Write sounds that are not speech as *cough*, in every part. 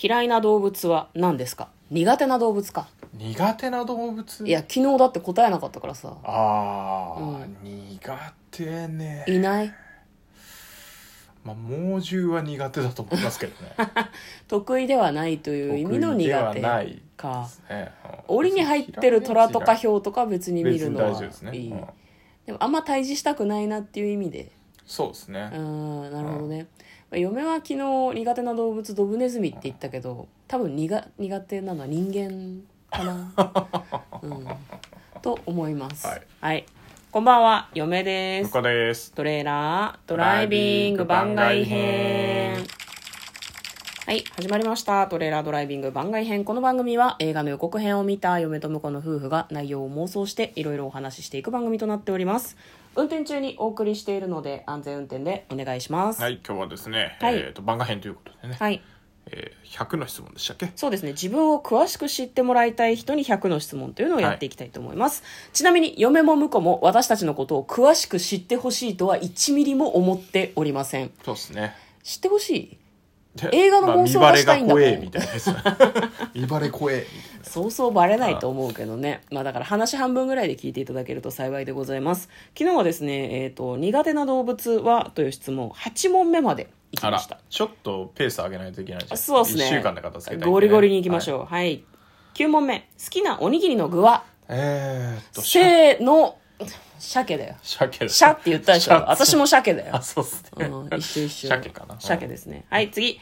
嫌いな動物は何ですか苦手な動物か苦手な動物いや昨日だって答えなかったからさああ、うん苦手ねいないまあ猛獣は苦手だと思いますけ *laughs* どね得意ではないという意味の苦得意手ではないでかすねうん檻に入ってる虎とかヒョウとか別に見別るにの大は丈夫ですね、いい、うんでもあんま対峙したくないなっていう意味でそうですうね、んなるほどね、まあ嫁は昨日苦手な動物ドブネズミって言ったけど多分苦苦手なのは人間か *laughs* な、うん、と思いますはい、こんばんは嫁です向こうですトレーラードライビング番外編はい始まりましたトレーラードライビング番外編この番組は映画の予告編を見た嫁と婿の夫婦が内容を妄想していろいろお話ししていく番組となっております運転中にお送りしているので安全運転でお願いしますはい今日はですね、はいえー、と番外編ということでね、はいえー、100の質問でしたっけそうですね自分を詳しく知ってもらいたい人に100の質問というのをやっていきたいと思います、ちなみに嫁も婿も私たちのことを詳しく知ってほしいとは1ミリも思っておりませんそうですね知ってほしいで映画の妄想がしたいんだもんまあ見バレが怖えみたいな *laughs* やつ見バレ怖えみたいなそうそうバレないと思うけどねまあだから話半分ぐらいで聞いていただけると幸いでございます昨日はですね、えー、と苦手な動物はという質問8問目までいきあまらしたちょっとペース上げないといけないじゃんそうですね1週間で片付けたいんでねゴリゴリにいきましはょうはい、9問目好きなおにぎりの具はいえーっとせーの鮭だよ鮭だシャって言ったでしょシャ私も鮭だあよ、そうっすうね、ん、一緒一緒鮭かな鮭ですねはい次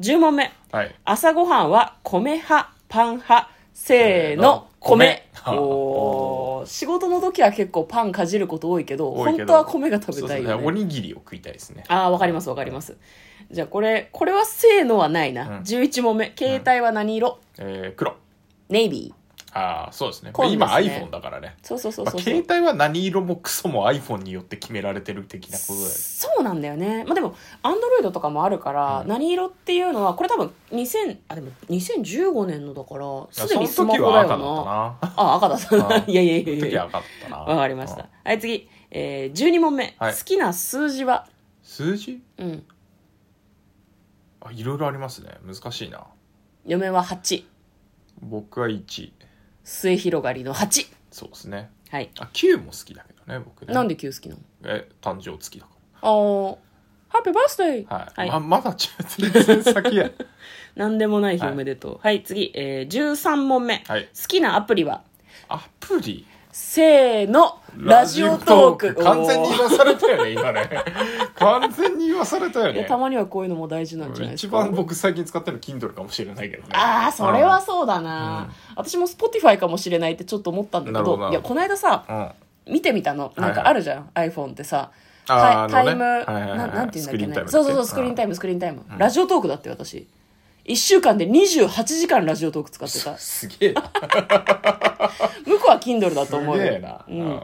10問目はい朝ごはんは米派パン派せーの米米おー *laughs* 仕事の時は結構パンかじること多いけど多いけ本ど当は米が食べたいそうよそうおねにぎりを食いたいですねああわかりますわかりますじゃあこれこれはせーのはないな、うん11問目携帯は何色、えー、黒ネイビーああそうですね紺ですねまあ今 iPhone だからねそうそうそうまそあ、う携帯は何色もクソも iPhone によって決められてる的なことだよねそうなんだよね、まあ、でもアンドロイドとかもあるから、うん何色っていうのはこれ多分2000あでも2015年のだからすでにスそのマ時ホはだよ赤だなったなあ赤だったなう *laughs* んいやいやいそやいやのい時はや赤だったなわかりましうんたはい次、えー、12問目、はい好きな数字は数字うんあいろいろありますね難しいな嫁は8僕は1末広がりの8そうですねはいあ9も好きだけどね僕ねなんで9好きなのえ誕生月だかあーハッピーバースデーらはい、はいままだ全然 *laughs* 先や何でもない日おめでとうはい、次、えー、13問目、はい好きなアプリはアプリせーのラジオトーク完全に言わされたよね今ね完全に言わされたよいやねたまにはこういうのも大事なんじゃないです一か番僕最近使ってるの Kindle かもしれないけどねああそれはそうだな、私も Spotify かもしれないってちょっと思ったんだけなるどほどいやこの間さうんあ見てみたのなんかあるじゃん、iPhone ってさタあーイタイあのム、ねはいはいはいななんていうんだっけスクリーンねタイムだそっけうそうそうスクリーンタイムスクリーンタイム、ラジオトークだって私1週間で28時間ラジオトーク使ってたすげえな向こうは Kindle だと思うすげえよな、ううんん、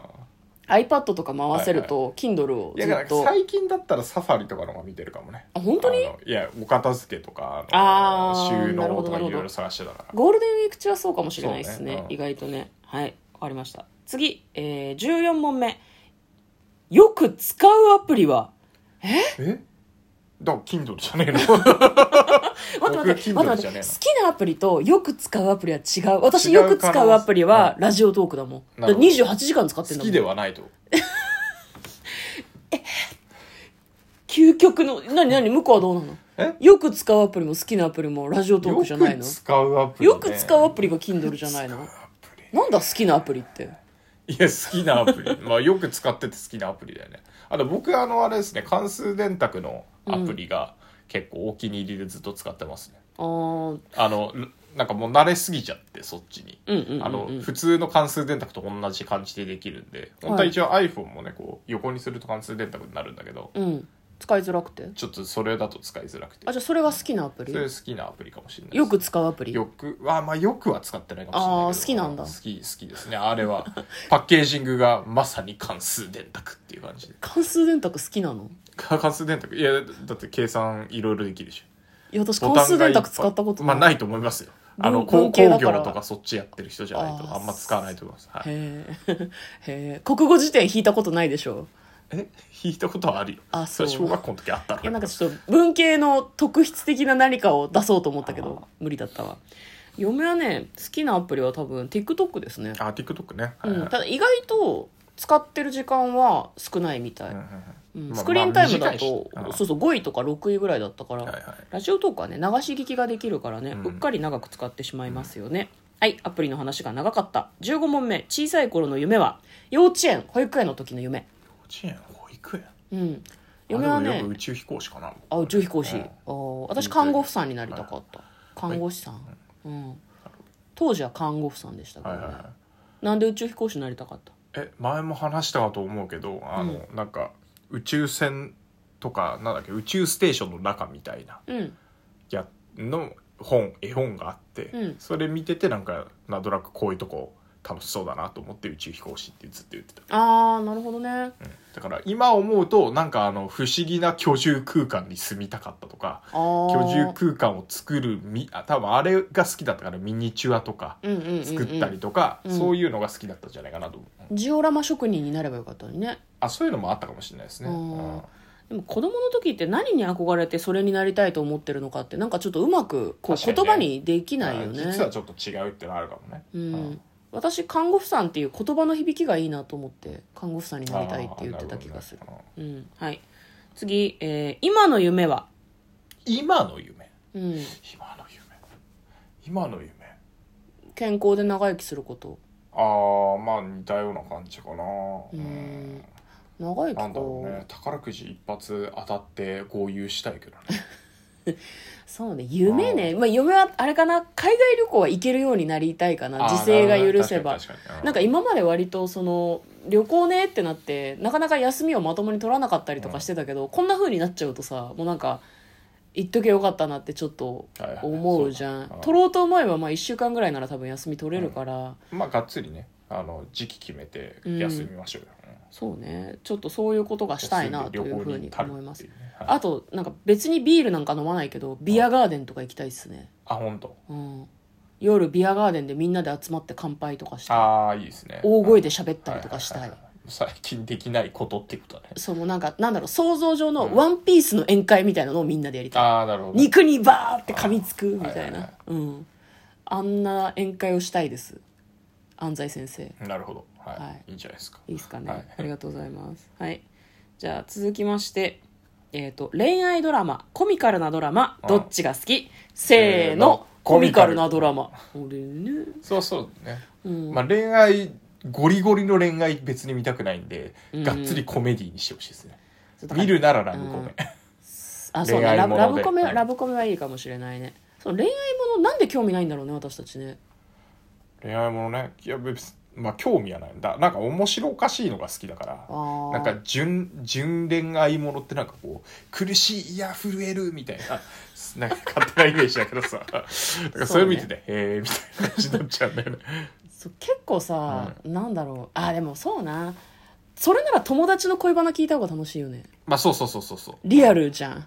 iPad とかも合わせると Kindle をいずやだっからと最近だったらサファリとかのが見てるかもねあ本当にあのいやお片付けとかああーの収なるほど納なとかるほいどろいろ探してたからゴールデンウィーク中はそうかもしれないですねそうねうん意外とねはいわかりました次、えー、14問目よく使うアプリはえだから Kindle じ *laughs* ゃねえの待って待って僕待 Kindle って待じゃねって好きなアプリとよく使うアプリは違う私よく使うアプリはラジオトークだもんだからなるほど28時間使ってん好だもきんではないと究極の何何向こうはどうなのえよく使うアプリも好きなアプリもラジオトークじゃないよくの使うアプリ、ね、よく使うアプリが Kindle じゃないのアプリなんだ好きなアプリっていや、好きなアプリ。 *laughs* まあ、よく使ってて好きなアプリだよね。あと、僕、あの、あれですね、関数電卓のアプリが結構お気に入りでずっと使ってますね。あーあの、なんかもう慣れすぎちゃって、そっちに。うんうんうんうんあの、普通の関数電卓と同じ感じでできるんで、本当は一応 iPhone もね、こう、横にすると関数電卓になるんだけど、うん使いづらくてちょっとそれだと使いづらくてあ。じゃあそれが好きなアプリそれ好きなアプリかもしれないですよく使うアプリよくはまあよくは使ってないかもしれないけどあー好きなんだ好き好きですねあれはパッケージングがまさに関数電卓っていう感じで関数電卓好きなのか関数電卓いやだって計算いろいろできるでしいや私ょ関数電卓使ったこと、ないまあないいと思いますよあの文文工系だ工から業とかそっちやってる人じゃないあとーあんま使わないと思います、はい、へえへえ国語辞典引いたことないでしょえ引いたことはあるよあそうれ小学校の時あったのいやなんかちょっと文系の特筆的な何かを出そうと思ったけど無理だったわ嫁はね好きなアプリは多分 TikTok ですね、あ TikTok ね、はいうん、はいただ意外と使ってる時間は少ないみたい、うんうんまあスクリーンタイムだと、まあ短いしうんそうそう5位とか6位ぐらいだったから、うんはいはいラジオトークはね流し聞きができるからね、ううんっかり長く使ってしまいますよね、はいアプリの話が長かった15問目小さい頃の夢は幼稚園保育園の時の夢幼稚園保育園うんあ嫁ではもよねく宇宙飛行士かなあ宇宙飛行士、うんあー私看護婦さんになりたかった看護師さん、うん、当時は看護婦さんでしたけはどいね、はいはいなんで宇宙飛行士になりたかったえ前も話したかと思うけどあの、なんか宇宙船とかなんだっけ宇宙ステーションの中みたいなうんやの本絵本があって、うんそれ見ててなんかなんとなくこういうとこ楽しそうだなと思って宇宙飛行士ってずっと言ってた、ああなるほどねうんだから今思うとなんかあの不思議な居住空間に住みたかったとかあー居住空間を作るみあ多分あれが好きだったからミニチュアとかうんうんうんうん作ったりとか、うんそういうのが好きだったんじゃないかなと思う、ジオラマ職人になればよかったのにねあそういうのもあったかもしれないですね、あーうんでも子供の時って何に憧れてそれになりたいと思ってるのかってなんかちょっとうまくこう確かにね言葉にできないよね実はちょっと違うってのはあるかもね、ううんん、私看護婦さんっていう言葉の響きがいいなと思って看護婦さんになりたいって言ってた気がするあーなほどねうんはい、次、えー今の夢は、うん今の夢うん、今の夢今の夢健康で長生きすることああまあ似たような感じかなううん長生きなか、んだろうね宝くじ一発当たって豪遊したいけど *laughs* ねそうね夢ねまあ、嫁はあれかな海外旅行は行けるようになりたいかな時勢が許せばあーなるほどね確かに確かになんか今まで割とその旅行ねってなってなかなか休みをまともに取らなかったりとかしてたけど、こんな風になっちゃうとさもうなんか行っとけよかったなってちょっと思うじゃん、はいはいそうだ取ろうと思えばまあ1週間ぐらいなら多分休み取れるから、うんまあがっつりねあの時期決めて休みましょうよ、そうねちょっとそういうことがしたいなというふうに思いますああとなんか別にビールなんか飲まないけどビアガーデンとか行きたいっすね、あ本当うん、夜ビアガーデンでみんなで集まって乾杯とかしてああいいですね大声で喋ったりとかしたい,、はははは最近できないことってことだねそうもうなんかなんだろう想像上うのんワンピースの宴会みたいなのをみんなでやりたい、ああなるほどね肉にバーって噛みつくみたはいいはいは、ないうん、あんな宴会をしたいです安西先生なるほどはい、はいい、いんじゃないですかいいですかね、はいありがとうございますはいじゃあ続きましてえっ、と恋愛ドラマコミカルなドラマうんどっちが好きせーのココミミカカルルなドラマ俺ねそうそうね、うんまあ恋愛ゴリゴリの恋愛別に見たくないんで、うんがっつりコメディにしてほしいですねそうだから見るならラブコメ、あそう恋ね愛ラブものでラブコメはいラブコメはいいかもしれないねその恋愛ものなんで興味ないんだろうね私たちね恋愛ものねいや別にまあ興味はないんだなんか面白おかしいのが好きだからあーなんか純純恋愛ものってなんかこう苦しいいや震えるみたいな *laughs* なんか勝手なイメージだけどさだからそれ見てて、へえみたいな感じになっちゃうんだよねそう結構さ、なんだろうあでもそうなそれなら友達の恋バナ聞いた方が楽しいよねまあそうそうそうそうそうリアルじゃんう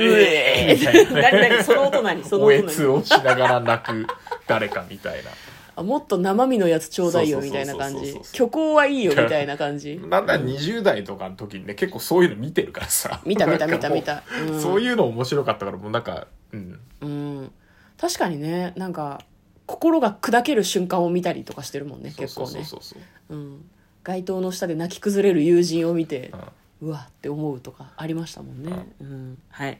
えみたいなね *laughs* 何何その音 *laughs* 何そのおえ音つ何をしながら泣く *laughs* 誰かみたいな。あもっと生身のやつちょうだいよみたいな感そうそうじそうそう虚構はいい *laughs* よみたいな感じなんだ20代とかの時にね、結構そういうの見てるからさ。見た見たな見んかたもう見た、うん、そういうの面白かったから、もうなんか、うん。うん、確かにねなんか心が砕ける瞬間を見たりとかしてるもんね結構そうねそうそうそうう。ん街灯の下で泣き崩れる友人を見てうんうわって思うとかありましたもんね、うん、はい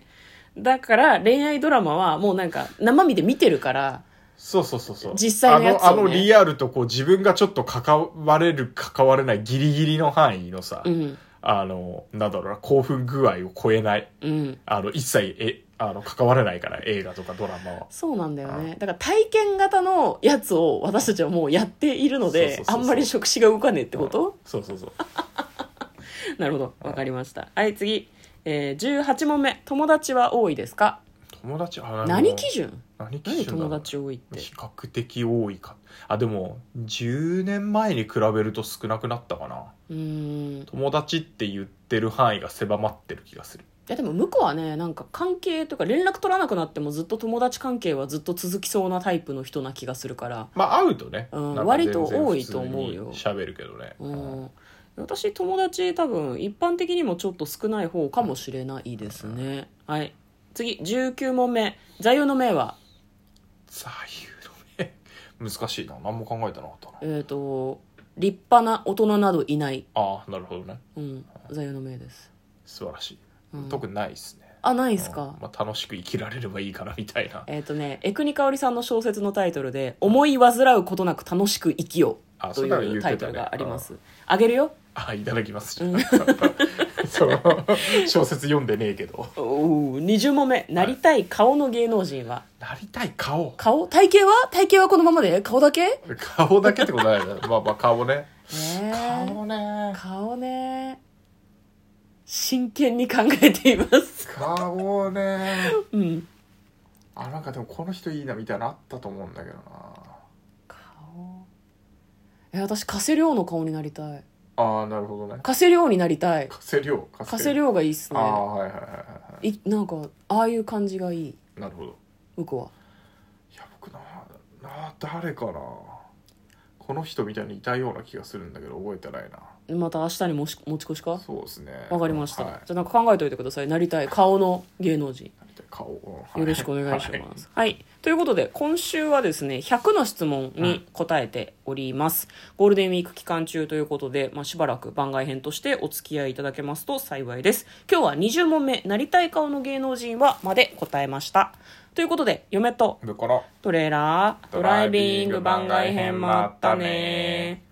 だから恋愛ドラマはもうなんか生身で見てるからそうそうそうそう。実際のやつをねあの、あのリアルとこう自分がちょっと関われる、関われないギリギリの範囲のさ、うんあの、なんだろうな、興奮具合を超えない、うんあの、一切、え、あの、関われないから、映画とかドラマは。そうなんだよねだから体験型のやつを私たちはもうやっているのでそうそうそうそうあんまり触手が動かねえってこと、そうそうそう。なるほどわかりましたはい次、えー、18問目友達は多いですか友達、あ何基準何基何準だろ友う達多いって比較的多いかあでも10年前に比べると少なくなったかなうーんい友達って言ってる範囲が狭まってる気がするやでも向こうはねなんか関係とか連絡取らなくなってもずっと友達関係はずっと続きそうなタイプの人な気がするからまあ会うとね、うんなんか割全然と多いと思うよ普通に喋るけどね、ううんん私友達多分一般的にもちょっと少ない方かもしれないですねはい次19問目座右の銘は座右の銘難しいな何も考えてなかったなえっ、と立派な大人などいない、ああなるほどねうん、座右の銘です素晴らしい、うん特にないですねあないいですか、まあ、楽しく生きられればいいかなみたいなえっ、とね江国香織さんの小説のタイトルで「思い煩うことなく楽しく生きよう」あとそんなのい言うってタたねイトルがありますあげるよあいただきますじゃあ *laughs* その小説読んでねえけどおー20問目なりたい顔の芸能人はなりたい顔顔体型は体型はこのままで顔だけ顔だけってことないなまあまあ顔ね *laughs* ねえ顔ね顔ね真剣に考えてい *laughs* ます顔ねうんあなんかでもこの人いいなみたいなのあったと思うんだけどな顔え私加瀬亮の顔になりたいああなるほどね加瀬亮になりたい加瀬亮加加瀬亮がいいっすああねはいはいはいはいなんかああいう感じがいいいなるほど僕はいや僕なな誰かなこの人みたいにいたような気がするんだけど覚えてないなまた明日にもし持ち越しかそうですねわかりました、はいじゃあなんか考えておいてくださいなりたい顔の芸能人顔をよろしくお願いします。はい、ということで今週はですね100の質問に答えております、ゴールデンウィーク期間中ということで、まあ、しばらく番外編としてお付き合いいただけますと幸いです今日は20問目「なりたい顔の芸能人は?」まで答えましたということで嫁とはいだからトレーラードドラライイビンビンググ番番外外編編ももああっったたねね